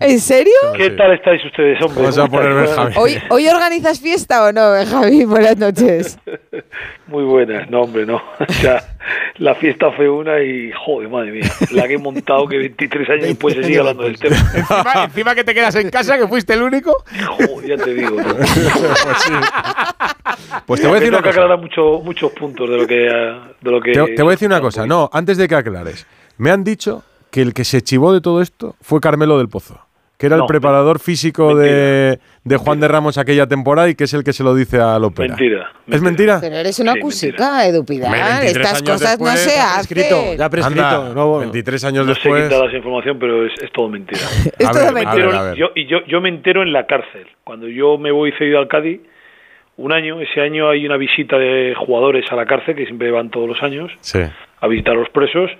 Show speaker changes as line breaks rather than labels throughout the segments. ¿En serio?
¿Qué tal estáis ustedes, hombre?
Ah, Vamos a
¿Cómo
poner
estáis?
Benjamín.
¿Hoy, ¿Hoy organizas fiesta o no, eh, Javi? Buenas noches.
Muy buenas, no, hombre, no. Ya, la fiesta fue una y, joder, madre mía, la que he montado que 23 años después se sigue hablando del tema.
encima, encima que te quedas en casa, que fuiste el único.
Joder, ya te digo. ¿no?
Pues te voy a
Tengo
decir una
que
cosa.
aclarar mucho- muchos puntos de lo que... ah, De lo que
Te, te voy a decir una cosa. No, antes de que aclares. Me han dicho que el que se chivó de todo esto fue Carmelo del Pozo, que era el
No,
preparador físico de, de Juan de Ramos aquella temporada y que es el que se lo dice a López.
Mentira,
¿Es mentira?
Pero eres una
Sí,
cusica, Edu Pidal.
Hombre, 23
Estas
años
cosas no
después,
se
ya
hacen.
prescrito,
Ya prescrito.
Anda,
no,
23 años
No sé
después.
quitar esa información, pero es, es todo mentira.
Es
A
todo
ver,
mentira.
a ver, a ver.
Yo, y yo, yo me entero en la cárcel. Cuando yo me voy cedido al Cádiz, un año, ese año hay una visita de jugadores a la cárcel, que siempre van todos los años,
Sí.
a visitar a los presos.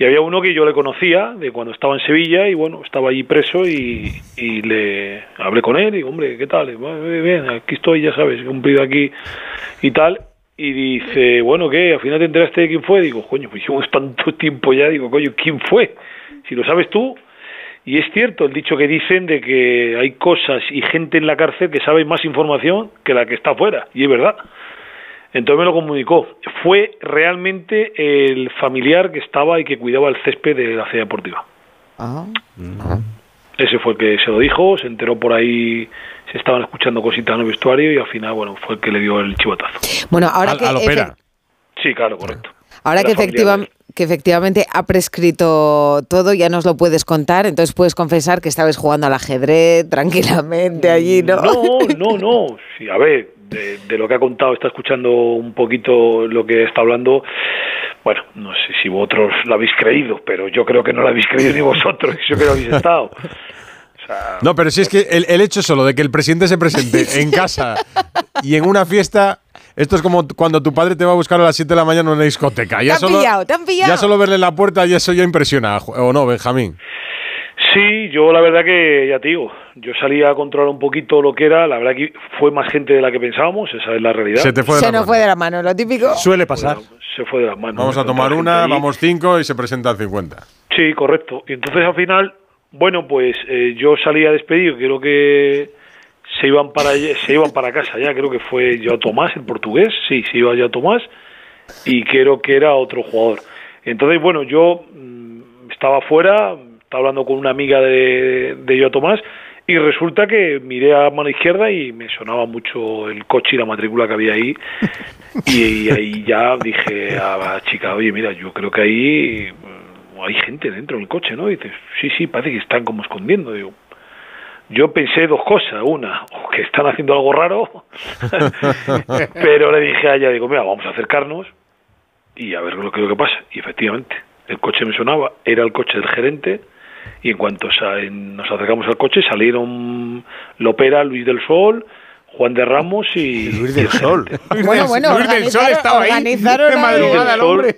Y había uno que yo le conocía de cuando estaba en Sevilla y bueno, estaba allí preso y, y le hablé con él y digo, hombre, ¿qué tal? Y, "Bueno, Bien, bien, aquí estoy, ya sabes, he cumplido aquí y tal. Y dice, bueno, ¿qué? ¿Al final te enteraste de quién fue? Digo, coño, pues llevo tanto tiempo ya, digo, coño, ¿quién fue? Si lo sabes tú. Y es cierto el dicho que dicen de que hay cosas y gente en la cárcel que sabe más información que la que está afuera. Y es verdad. Entonces me lo comunicó. Fue realmente el familiar que estaba y que cuidaba el césped de la ciudad deportiva.
Ah.
Ese fue el que se lo dijo, se enteró por ahí, se estaban escuchando cositas en el vestuario y al final, bueno, fue el que le dio el chivatazo.
Bueno, ahora
Al-
que,
al Opera.
efe-
Sí, claro, correcto.
ahora
Era
que,
familiar
efectiva-
de él.
que efectivamente ha prescrito todo, ya nos lo puedes contar, entonces puedes confesar que estabas jugando al ajedrez tranquilamente allí, ¿no?
No, no, no. Sí, a ver, de, de lo que ha contado, está escuchando un poquito lo que está hablando. Bueno, no sé si vosotros lo habéis creído, pero yo creo que no lo habéis creído ni vosotros, yo creo que habéis estado.
No, pero si es que el, el hecho solo de que el presidente se presente en casa y en una fiesta, esto es como t- cuando tu padre te va a buscar a las 7 de la mañana en una discoteca.
Te han pillado, te han pillado.
Ya solo verle la puerta y eso ya impresiona, Ju- ¿o no, Benjamín?
Sí, yo la verdad que ya te digo, yo salía a controlar un poquito lo que era, la verdad que fue más gente de la que pensábamos, esa es la realidad.
Se te fue de
Se
la
nos
mano.
fue de la mano, lo típico.
Suele pasar.
Se fue de las manos.
Vamos a
Tanta
tomar
gente
una,
allí.
vamos cinco y se presentan 50.
Sí, correcto. Y entonces al final, bueno, pues eh, yo salí a despedir, creo que se iban para allí- se iban para casa ya, creo que fue yo Tomás, el portugués, sí, se iba ya Tomás y creo que era otro jugador. Entonces, bueno, yo mm, estaba fuera, estaba hablando con una amiga de, de yo Tomás y resulta que miré a mano izquierda y me sonaba mucho el coche y la matrícula que había ahí y, ahí ya dije a la chica, oye, mira, yo creo que ahí mm, hay gente dentro del coche, ¿no? Y dices, sí, sí, parece que están como escondiendo. Digo, yo pensé dos cosas. Una, o que están haciendo algo raro, pero le dije a ella, digo, mira, vamos a acercarnos y a ver lo que, lo que pasa. Y efectivamente, el coche me sonaba, era el coche del gerente. Y en cuanto sa- en- nos acercamos al coche, salieron Lopera, Luis del Sol, Juan de Ramos y. Luis del Sol.
Bueno, bueno,
Luis del Sol
organizaron-
estaba ahí.
organizaron
De
algo.
madrugada, el hombre.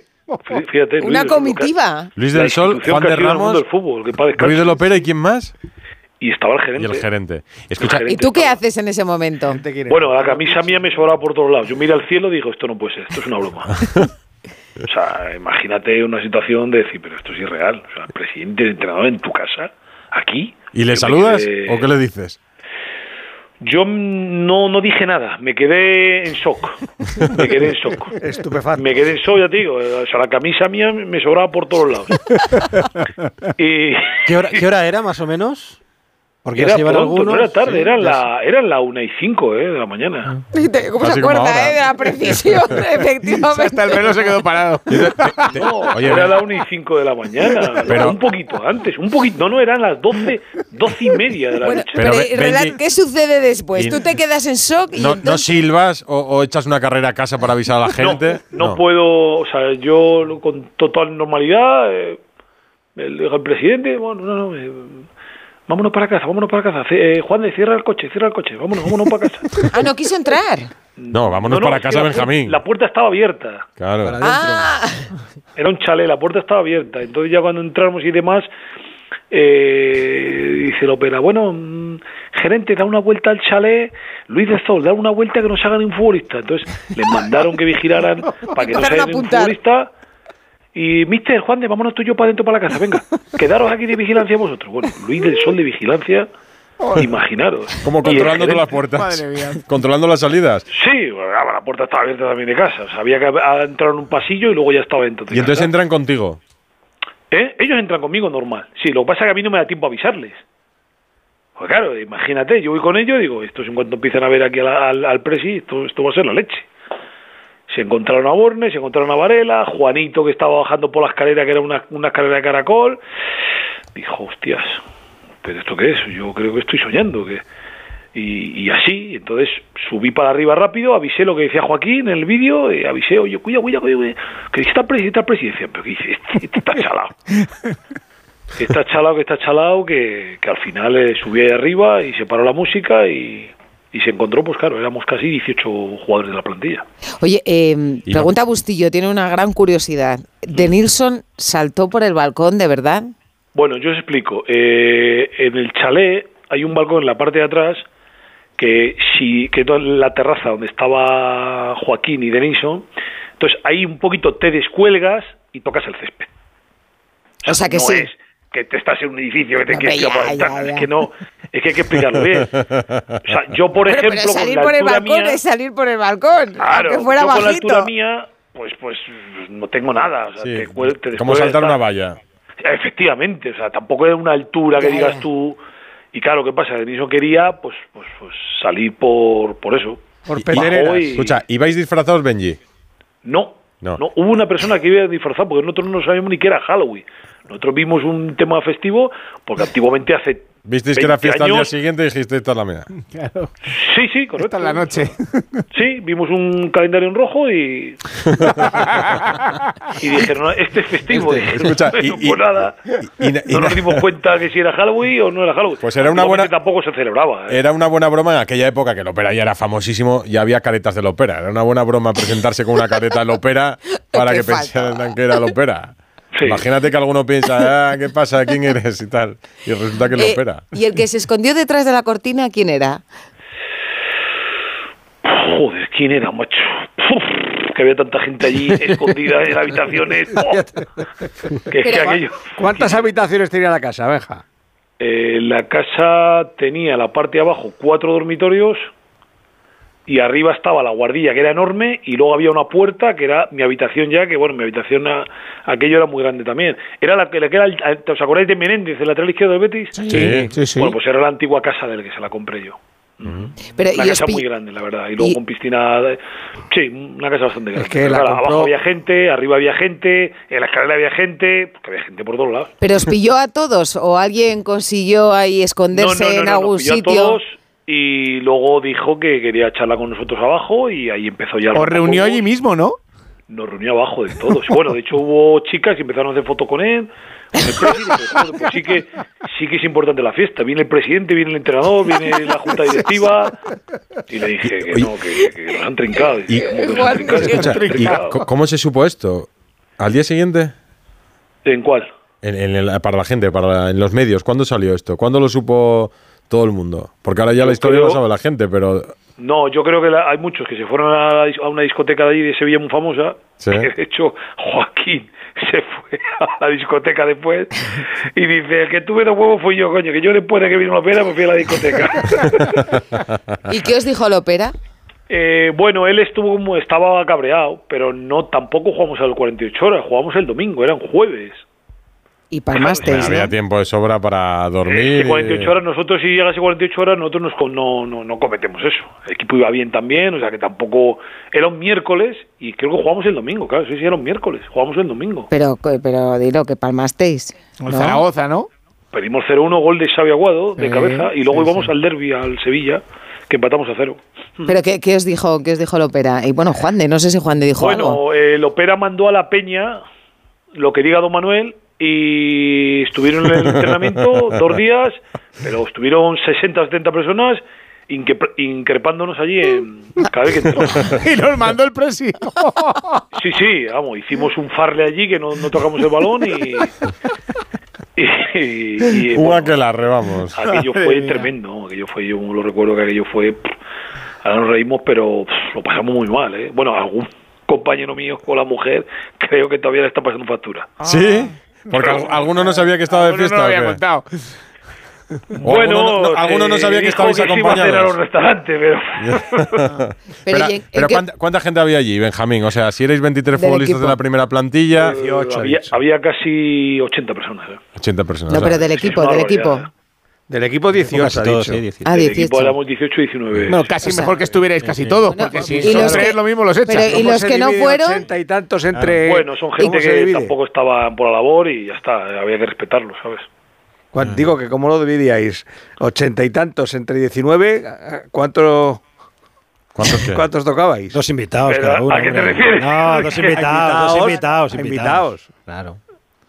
Fíjate, Luis
Una
del Sol, nunca-
comitiva.
Luis
la
del Sol,
institución
Juan
que
de
ha sido en el mundo
Ramos,
del fútbol, que paz
Luis
descanse.
de Lopera y quién más?
Y estaba el gerente.
Y el gerente. Escucha,
gerente.
¿Y tú qué haces en ese momento?
Bueno, la camisa mía me sobraba por todos lados. Yo miré al cielo y digo, esto no puede ser, esto es una broma. o sea, imagínate una situación de decir, pero esto es irreal. O sea, el presidente, el entrenador en tu casa, aquí.
¿y
Yo
le
me
saludas
quedé-
o qué le dices?
Yo mm, no, no dije nada, me quedé en shock. Me quedé en shock.
Estupefacto.
Me quedé en shock, ya te digo. eh, O sea, la camisa mía me sobraba por todos lados. y
¿Qué hora, qué hora era, más o menos? Porque ya
era
se llevan
pronto,
algunos.
no era tarde,
Sí,
era,
ya Ah. se-
la, era la 1 y 5 eh, de la mañana.
¿Cómo se
Así como ahora.
acuerda eh, de la precisión? Efectivamente.
Hasta el reloj se quedó parado.
Oye,
era la 1 y 5 de la mañana,
Pero-
un poquito antes, un poquito, no, no, eran las 12, 12 y media de la
Bueno,
noche.
Pero
pero,
ve-
Relat,
Benji-
¿qué sucede después?
Y-
¿Tú te quedas en shock? y
no, no
entonces-
silbas o, o echas una carrera a casa para avisar a la
No,
gente?
no puedo, o sea, yo lo- con total normalidad, eh, el, el presidente, bueno, no, no, eh, vámonos para casa, vámonos para casa, Ce- eh, Juan de cierra el coche, cierra el coche, vámonos, vámonos para casa.
Ah, no quiso entrar.
No, vámonos para
es que
casa,
la pu-
Benjamín.
La puerta estaba abierta,
Claro.
Ah,
era un chalet, la puerta estaba abierta. Entonces ya cuando entramos y demás, eh, dice el opera, bueno, mm, gerente, da una vuelta al chalet, Luis de Sol, da una vuelta que nos hagan un futbolista. Entonces les mandaron que vigilaran para que
Empezaron
nos
a
hagan un
apuntar.
futbolista Y, mister, Juan de, vámonos tú y yo para adentro, para la casa, venga. Quedaros aquí de vigilancia vosotros. Bueno, Luis del Sol de vigilancia, imaginaros.
Como
Y el
controlando todas las
gerente-
puertas.
Madre mía.
Controlando las salidas.
Sí, bueno, ah, la puerta estaba abierta también de casa. O sea, había que ah, entrar en un pasillo y luego ya estaba dentro. de
Y entonces
casa.
entran contigo.
¿Eh? Ellos entran conmigo normal. Sí, lo que pasa es que a mí no me da tiempo a avisarles. Pues claro, imagínate, yo voy con ellos y digo, estos en cuanto empiezan a ver aquí al, al, al presi, esto, esto va a ser la leche. Se encontraron a Borne, se encontraron a Varela, Juanito que estaba bajando por la escalera, que era una, una escalera de caracol. Dijo, hostias, ¿pero esto qué es? Yo creo que estoy soñando. que y, y así, entonces subí para arriba rápido, avisé lo que decía Joaquín en el vídeo, y avisé, oye, cuida, cuida, cuida, cuida, que está presi, está presi. Y decía, pero ¿qué dice? Este, este está chalado. Que está chalado, que está chalado, que, que al final eh, subí ahí arriba y se paró la música y, y se encontró, pues claro, éramos casi 18 jugadores de la plantilla.
Oye, eh,
Y
pregunta Bustillo, tiene una gran curiosidad. ¿De Nilsson saltó por el balcón de verdad?
Bueno, yo os explico. Eh, en el chalet hay un balcón en la parte de atrás que si que toda la terraza donde estaba Joaquín y Denison, entonces ahí un poquito te descuelgas y tocas el césped.
O sea que
no
sí.
Es que te estás en un edificio que te
Hombre,
quieres
ya,
tirar por la
ya,
ventana.
ya.
Es que no, es que hay que explicarlo bien. O sea, yo por
Bueno,
ejemplo
pero salir
con la
por el
altura
balcón
mía-
es salir por el balcón,
Claro,
aunque fuera
yo con la
bajito.
altura mía, pues, pues no tengo nada. O sea,
Sí.
te cuel- te
Como
descuelgas,
saltar una
tal.
valla.
Efectivamente, o sea, tampoco es una altura que
Ya,
digas
ya.
tú. Y claro, ¿qué pasa? Denison quería pues, pues, pues salir por, por eso.
Por
Y-
petereras.
Hoy-
Escucha, ¿ibais disfrazados, Benji?
No,
No.
no. Hubo una persona que iba disfrazada porque nosotros no sabíamos ni que era Halloween. Nosotros vimos un tema festivo porque antiguamente hace.
¿Visteis que era
20
fiesta al día
años-
siguiente y dijiste esta es la mía?
Sí, sí,
Esta
correcto.
es la noche.
Sí, vimos un calendario en rojo y. y dijeron, "No, este es festivo.
Este,
Dijeron,
escucha,
"Bueno,
y- y-
pues nada.
y- y- y-
no nos dimos cuenta que si era Halloween o no era Halloween.
Pues era una buena-
Antiguamente Tampoco se celebraba. ¿eh?
Era una buena broma en aquella época que el ópera ya era famosísimo y había caretas de la ópera. Era una buena broma presentarse con una careta de la ópera para
Qué
que
falta.
pensaran que era la ópera.
Sí.
Imagínate que alguno piensa, ah, ¿qué pasa? ¿Quién eres? Y tal. Y resulta que es la
Eh,
ópera.
¿Y el que se escondió detrás de la cortina, quién era?
Joder, ¿quién era, macho? Uf, que había tanta gente allí escondida en habitaciones. Oh, que es que
Pero-
aquello.
¿Cuántas habitaciones tenía la casa, Benja?
Eh, la casa tenía la parte de abajo cuatro dormitorios y arriba estaba la guardilla que era enorme y luego había una puerta que era mi habitación ya que bueno mi habitación a- aquello era muy grande también era la que, la que era el- os acordáis de Menéndez el lateral izquierdo del Betis
Sí.
bueno pues era la antigua casa del que se la compré yo
Pero, Eh,
una
y os
casa
pi-
muy grande la verdad y luego
y-
con piscina de- sí una casa bastante grande
que
Pero
la
claro,
compró-
abajo había gente arriba había gente en la escalera había gente porque había gente por todos lados
¿Pero os pilló a todos o alguien consiguió ahí esconderse en algún
pilló a
sitio?
todos y luego dijo que quería charlar con nosotros abajo y ahí empezó ya. el
Os reunió
poco.
allí mismo, ¿no?
Nos reunió abajo de todos. Bueno, de hecho hubo chicas que empezaron a hacer foto con él. con el presi, pero, joder, pues sí que sí que es importante la fiesta. Viene el presidente, viene el entrenador, viene la junta directiva. Y le dije que
Oye.
no, que, que nos han trincado. Y, dije, ¿cómo que nos han trincado?
Escucha,
Nos
Escucha,
han
¿y
trincado.
co- ¿cómo se supo esto? ¿Al día siguiente?
¿En cuál?
En- en el- para la gente, para en los medios, ¿cuándo salió esto? ¿Cuándo lo supo todo el mundo? Porque ahora ya la
Yo
historia
creo-
lo sabe la gente, pero
No, yo creo que la- hay muchos que se fueron a, la dis- a una discoteca de allí de Sevilla muy famosa.
Sí.
que de hecho, Joaquín se fue a la discoteca después y dice: El que tuve los huevos fui yo, coño, que yo después de que vino la pena me fui a la discoteca.
¿Y qué os dijo la ópera?
Eh, bueno, él estuvo como- estaba cabreado, pero no tampoco jugamos a las 48 horas, jugamos el domingo, eran jueves.
Y palmasteis,
había
¿no?
tiempo de sobra para dormir.
Eh, 48 horas, nosotros si llegase 48 horas, nosotros nos, co- no, no, no cometemos eso. El equipo iba bien también, o sea que tampoco... Era un miércoles y creo que jugamos el domingo, claro, sí, sí, era un miércoles, jugamos el domingo.
Pero, pero dilo, que palmasteis.
En
¿no?
Zaragoza, ¿no?
Pedimos 0-1, gol de Xavi Aguado, de
Sí,
cabeza, y luego
sí,
íbamos
sí.
al derby, al Sevilla, que empatamos a cero.
¿Pero qué, qué os dijo qué os dijo la ópera? Y bueno, Juan de, no sé si Juan de dijo algo.
Bueno, eh, el Opera mandó a la Peña lo que diga Don Manuel y estuvieron en el entrenamiento dos días, pero estuvieron 60 70 personas inque- increpándonos allí en, cada vez que entramos.
Y nos mandó el presi.
Sí, sí, vamos, hicimos un farle allí que no, no tocamos el balón y... y, y- y,
Un
bueno,
aquelarre, vamos.
aquello
Madre
fue
mía.
tremendo, aquello fue, yo lo recuerdo que aquello fue... pff, Ahora nos reímos, pero pff, lo pasamos muy mal, ¿eh? Bueno, algún compañero mío con la mujer, creo que todavía le está pasando factura.
¿Sí? Porque al- alguno no sabía que estaba de
Alguno
fiesta.
no lo
¿o
había
qué?
contado.
O alguno no, alguno no
eh,
sabía que
dijo
estabais
se iba a cenar a un
acompañados.
restaurante, pero
pero
Pero, ¿y en- en
pero,
qué-
¿cuánta, cuánta gente había allí, Benjamín? O sea, si erais 23
Del
futbolistas de
equipo.
la primera plantilla,
eh, había, había casi 80 personas. ¿eh?
80 personas.
No,
o sea,
pero del
es una
equipo, del equipo.
barbaridad.
Del equipo 18, ha
todos,
dicho.
sí, 18.
Ah,
El
18.
equipo éramos 18 y 19.
Bueno, casi
O sea,
mejor que estuvierais casi todos,
Bueno,
porque si
y
son
los
tres,
que-
lo mismo los echas.
pero y
¿Cómo
los
se
que no
divide
fueron?
ochenta y tantos
Ah,
entre.
bueno, son
¿Cómo
gente
se
que
divide?
tampoco estaban por la labor y ya está, eh, había que respetarlo, ¿sabes?
Cuan- Digo que cómo lo dividíais. Ochenta y tantos entre 19, ¿a- cuánto-
¿Cuántos qué?
¿cuántos tocabais?
Dos invitados
Pero,
cada uno.
¿a qué te
hombre.
refieres?
No, dos
¿A
invitados, dos
invitados?
invitados,
¿A invitados?
invitados. Claro.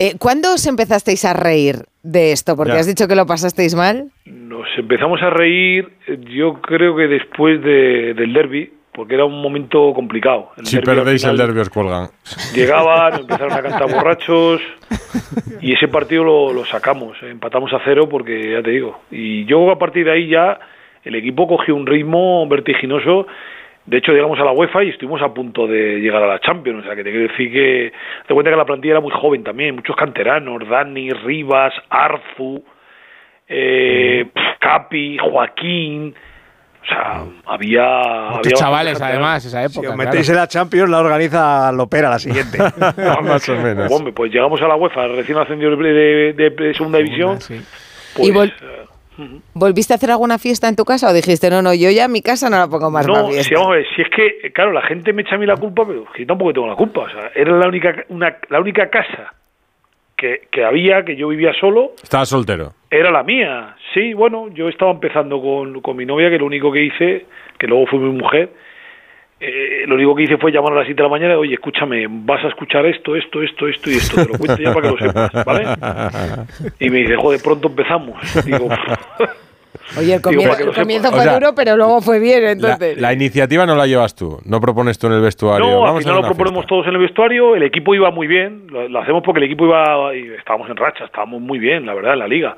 Eh, ¿Cuándo os empezasteis a reír de esto? Porque
Ya.
has dicho que lo pasasteis mal.
Nos empezamos a reír, eh, yo creo que después de- del derby, porque era un momento complicado. El
Si
derbi al
perdéis el
final
derbi os cuelgan.
Llegaban, empezaron a cantar borrachos y ese partido lo, lo sacamos, eh, empatamos a cero porque ya te digo. Y yo a partir de ahí ya el equipo cogió un ritmo vertiginoso. De hecho, llegamos a la UEFA y estuvimos a punto de llegar a la Champions. O sea, que te quiero decir que. Te cuenta que la plantilla era muy joven también. Muchos canteranos: Dani, Rivas, Arzu, eh, pf, Capi, Joaquín. O sea, había. había
Muchos chavales,
bastantes
además, esa
Si
época.
os
claro.
metéis en la Champions, la organiza Lopera la siguiente.
Más o menos.
Hombre, pues llegamos a la UEFA, recién ascendido de, de- de- de segunda división.
sí.
Pues,
Y vol-
eh,
¿Volviste a hacer alguna fiesta en tu casa o dijiste, no, no, yo ya mi casa no la pongo más para
no,
fiesta?
si, vamos a ver, si es que, claro, la gente me echa a
Ah.
mí la culpa, pero yo tampoco tengo la culpa. O sea, era la única, ca- una- la única casa que, que había, que yo vivía solo,
Estaba soltero.
era la mía. Sí, bueno, yo estaba empezando con, con mi novia, que lo único que hice, que luego fue mi mujer, eh, lo único que hice fue llamar a las 7 de la mañana, oye, escúchame, vas a escuchar esto, esto, esto, esto y esto, te lo cuento ya para que lo sepas, ¿vale? Y me dice, joder, pronto empezamos. Digo,
Oye, el
Digo,
comienzo,
para que
el
lo
comienzo
sepa.
fue
O sea,
duro, pero luego fue bien,
La,
entonces. eh,
la iniciativa no la llevas tú. No propones tú en el vestuario.
no, al
Vamos a
final
hacer
lo
una
proponemos
fiesta.
todos en el vestuario, el equipo iba muy bien, lo, lo hacemos porque el equipo iba, y estábamos en racha, estábamos muy bien, la verdad, en la liga.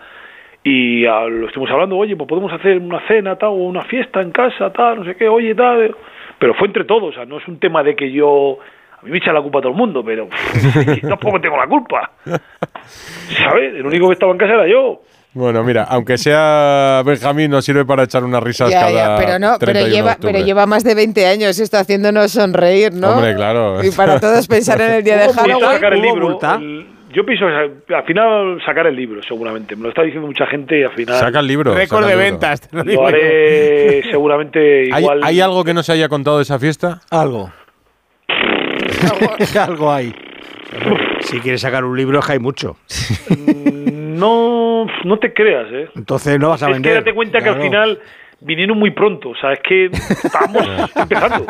Y ah, lo estuvimos hablando, oye, pues podemos hacer una cena, tal, o una fiesta en casa, tal, no sé qué, oye, tal. Pero fue entre todos, o sea, no es un tema de que yo... A mí me echa la culpa a todo el mundo, pero yo tampoco tengo la culpa. ¿Sabes? El único que estaba en casa era yo.
Bueno, mira, aunque sea Benjamín, nos sirve para echar unas risas
Ya, ya,
cada
pero no, pero
31 de
lleva,
octubre.
pero lleva más de 20 años esto haciéndonos sonreír, ¿no?
Hombre, claro.
Y para todos pensar en el día de
Hubo
Voy a
multa,
Halloween.
sacar el
¿Hubo
libro.
multa?
el- yo pienso que al final sacar el libro, seguramente. Me lo está diciendo mucha gente y al final
Saca el libro.
Récord
saca
de
el libro.
ventas. te lo digo
lo
yo.
haré seguramente
¿Hay,
igual.
hay algo que no se haya contado de esa fiesta?
Algo. Algo hay.
si quieres sacar un libro, es que hay mucho.
No, no te creas, ¿eh?
Entonces no vas a
Es que
vender.
date cuenta que al final vinieron muy pronto. O sea, es que estamos empezando.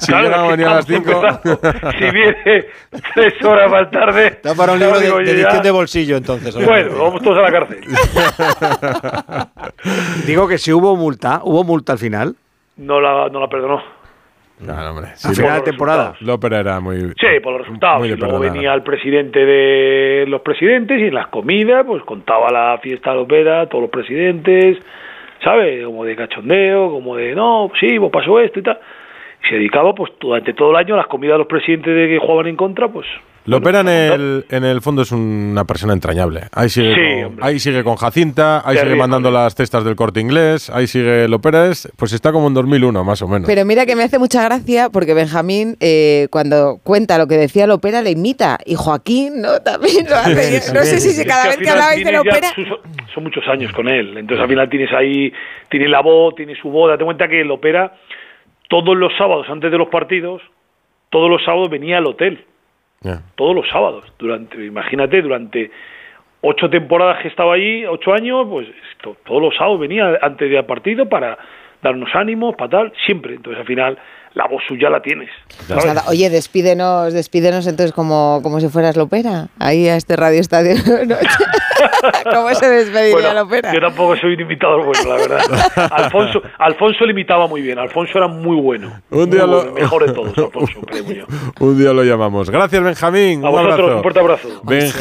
si
Claro,
yo
es
no
que
venía a las
estamos
5.
empezando. Si viene tres horas más tarde.
Está para un
ya
libro de,
digo,
de
oye, ya.
edición de bolsillo, entonces.
Bueno, vamos todos a la cárcel.
Digo que si hubo multa, hubo multa al final.
No la, no la perdonó.
Claro, hombre. sí,
al final de
los
temporada.
resultados.
Lópera era muy.
Ah, Sí, por los resultados.
muy
Y
de
luego
perdonar.
venía el presidente de los presidentes y en las comidas, pues contaba la fiesta de la ópera, todos los presidentes, ¿sabes? Como de cachondeo, como de no, sí, vos pasó esto y tal. Y se dedicaba, pues durante todo el año, a las comidas de los presidentes de que jugaban en contra, pues.
Lópera en
bueno,
el, en el fondo es una persona entrañable. Ahí sigue,
Sí,
con,
hombre.
ahí sigue con Jacinta, ahí sigue
Terrible.
mandando las cestas del corte inglés, ahí sigue Lópera. Es, pues está como en 2001, más o menos.
Pero mira que me hace mucha gracia porque Benjamín, eh, cuando cuenta lo que decía Lopera, le imita. Y Joaquín, ¿no? También lo hace.
Sí,
no
sí,
sé
sí,
si
sí.
cada vez
Es al
que
final
hablabais de
tienes ya
Lopera.
sus- son muchos años con él. Entonces al final tienes ahí, tiene la voz, tiene su voz. Date cuenta que el ópera todos los sábados, antes de los partidos, todos los sábados venía al hotel.
Ya.
todos los sábados. Durante, imagínate, durante ocho temporadas que estaba allí, ocho años, pues esto, todos los sábados venía antes del partido para darnos ánimos, para tal, siempre. Entonces al final la voz suya la tienes.
Pues
¿sabes?
nada, oye, despídenos, despídenos entonces como, como si fueras Lopera. Ahí a este radio estadio. de noche. ¿Cómo se despediría
Bueno,
Lopera?
yo tampoco soy un imitador bueno, la verdad. Alfonso, Alfonso le imitaba muy bien, Alfonso era muy bueno.
Un día
Muy
lo-
bueno, el mejor de todos, Alfonso, creo yo.
Un día lo llamamos. Gracias, Benjamín.
A
un
vosotros,
abrazo.
un fuerte abrazo.
Benja-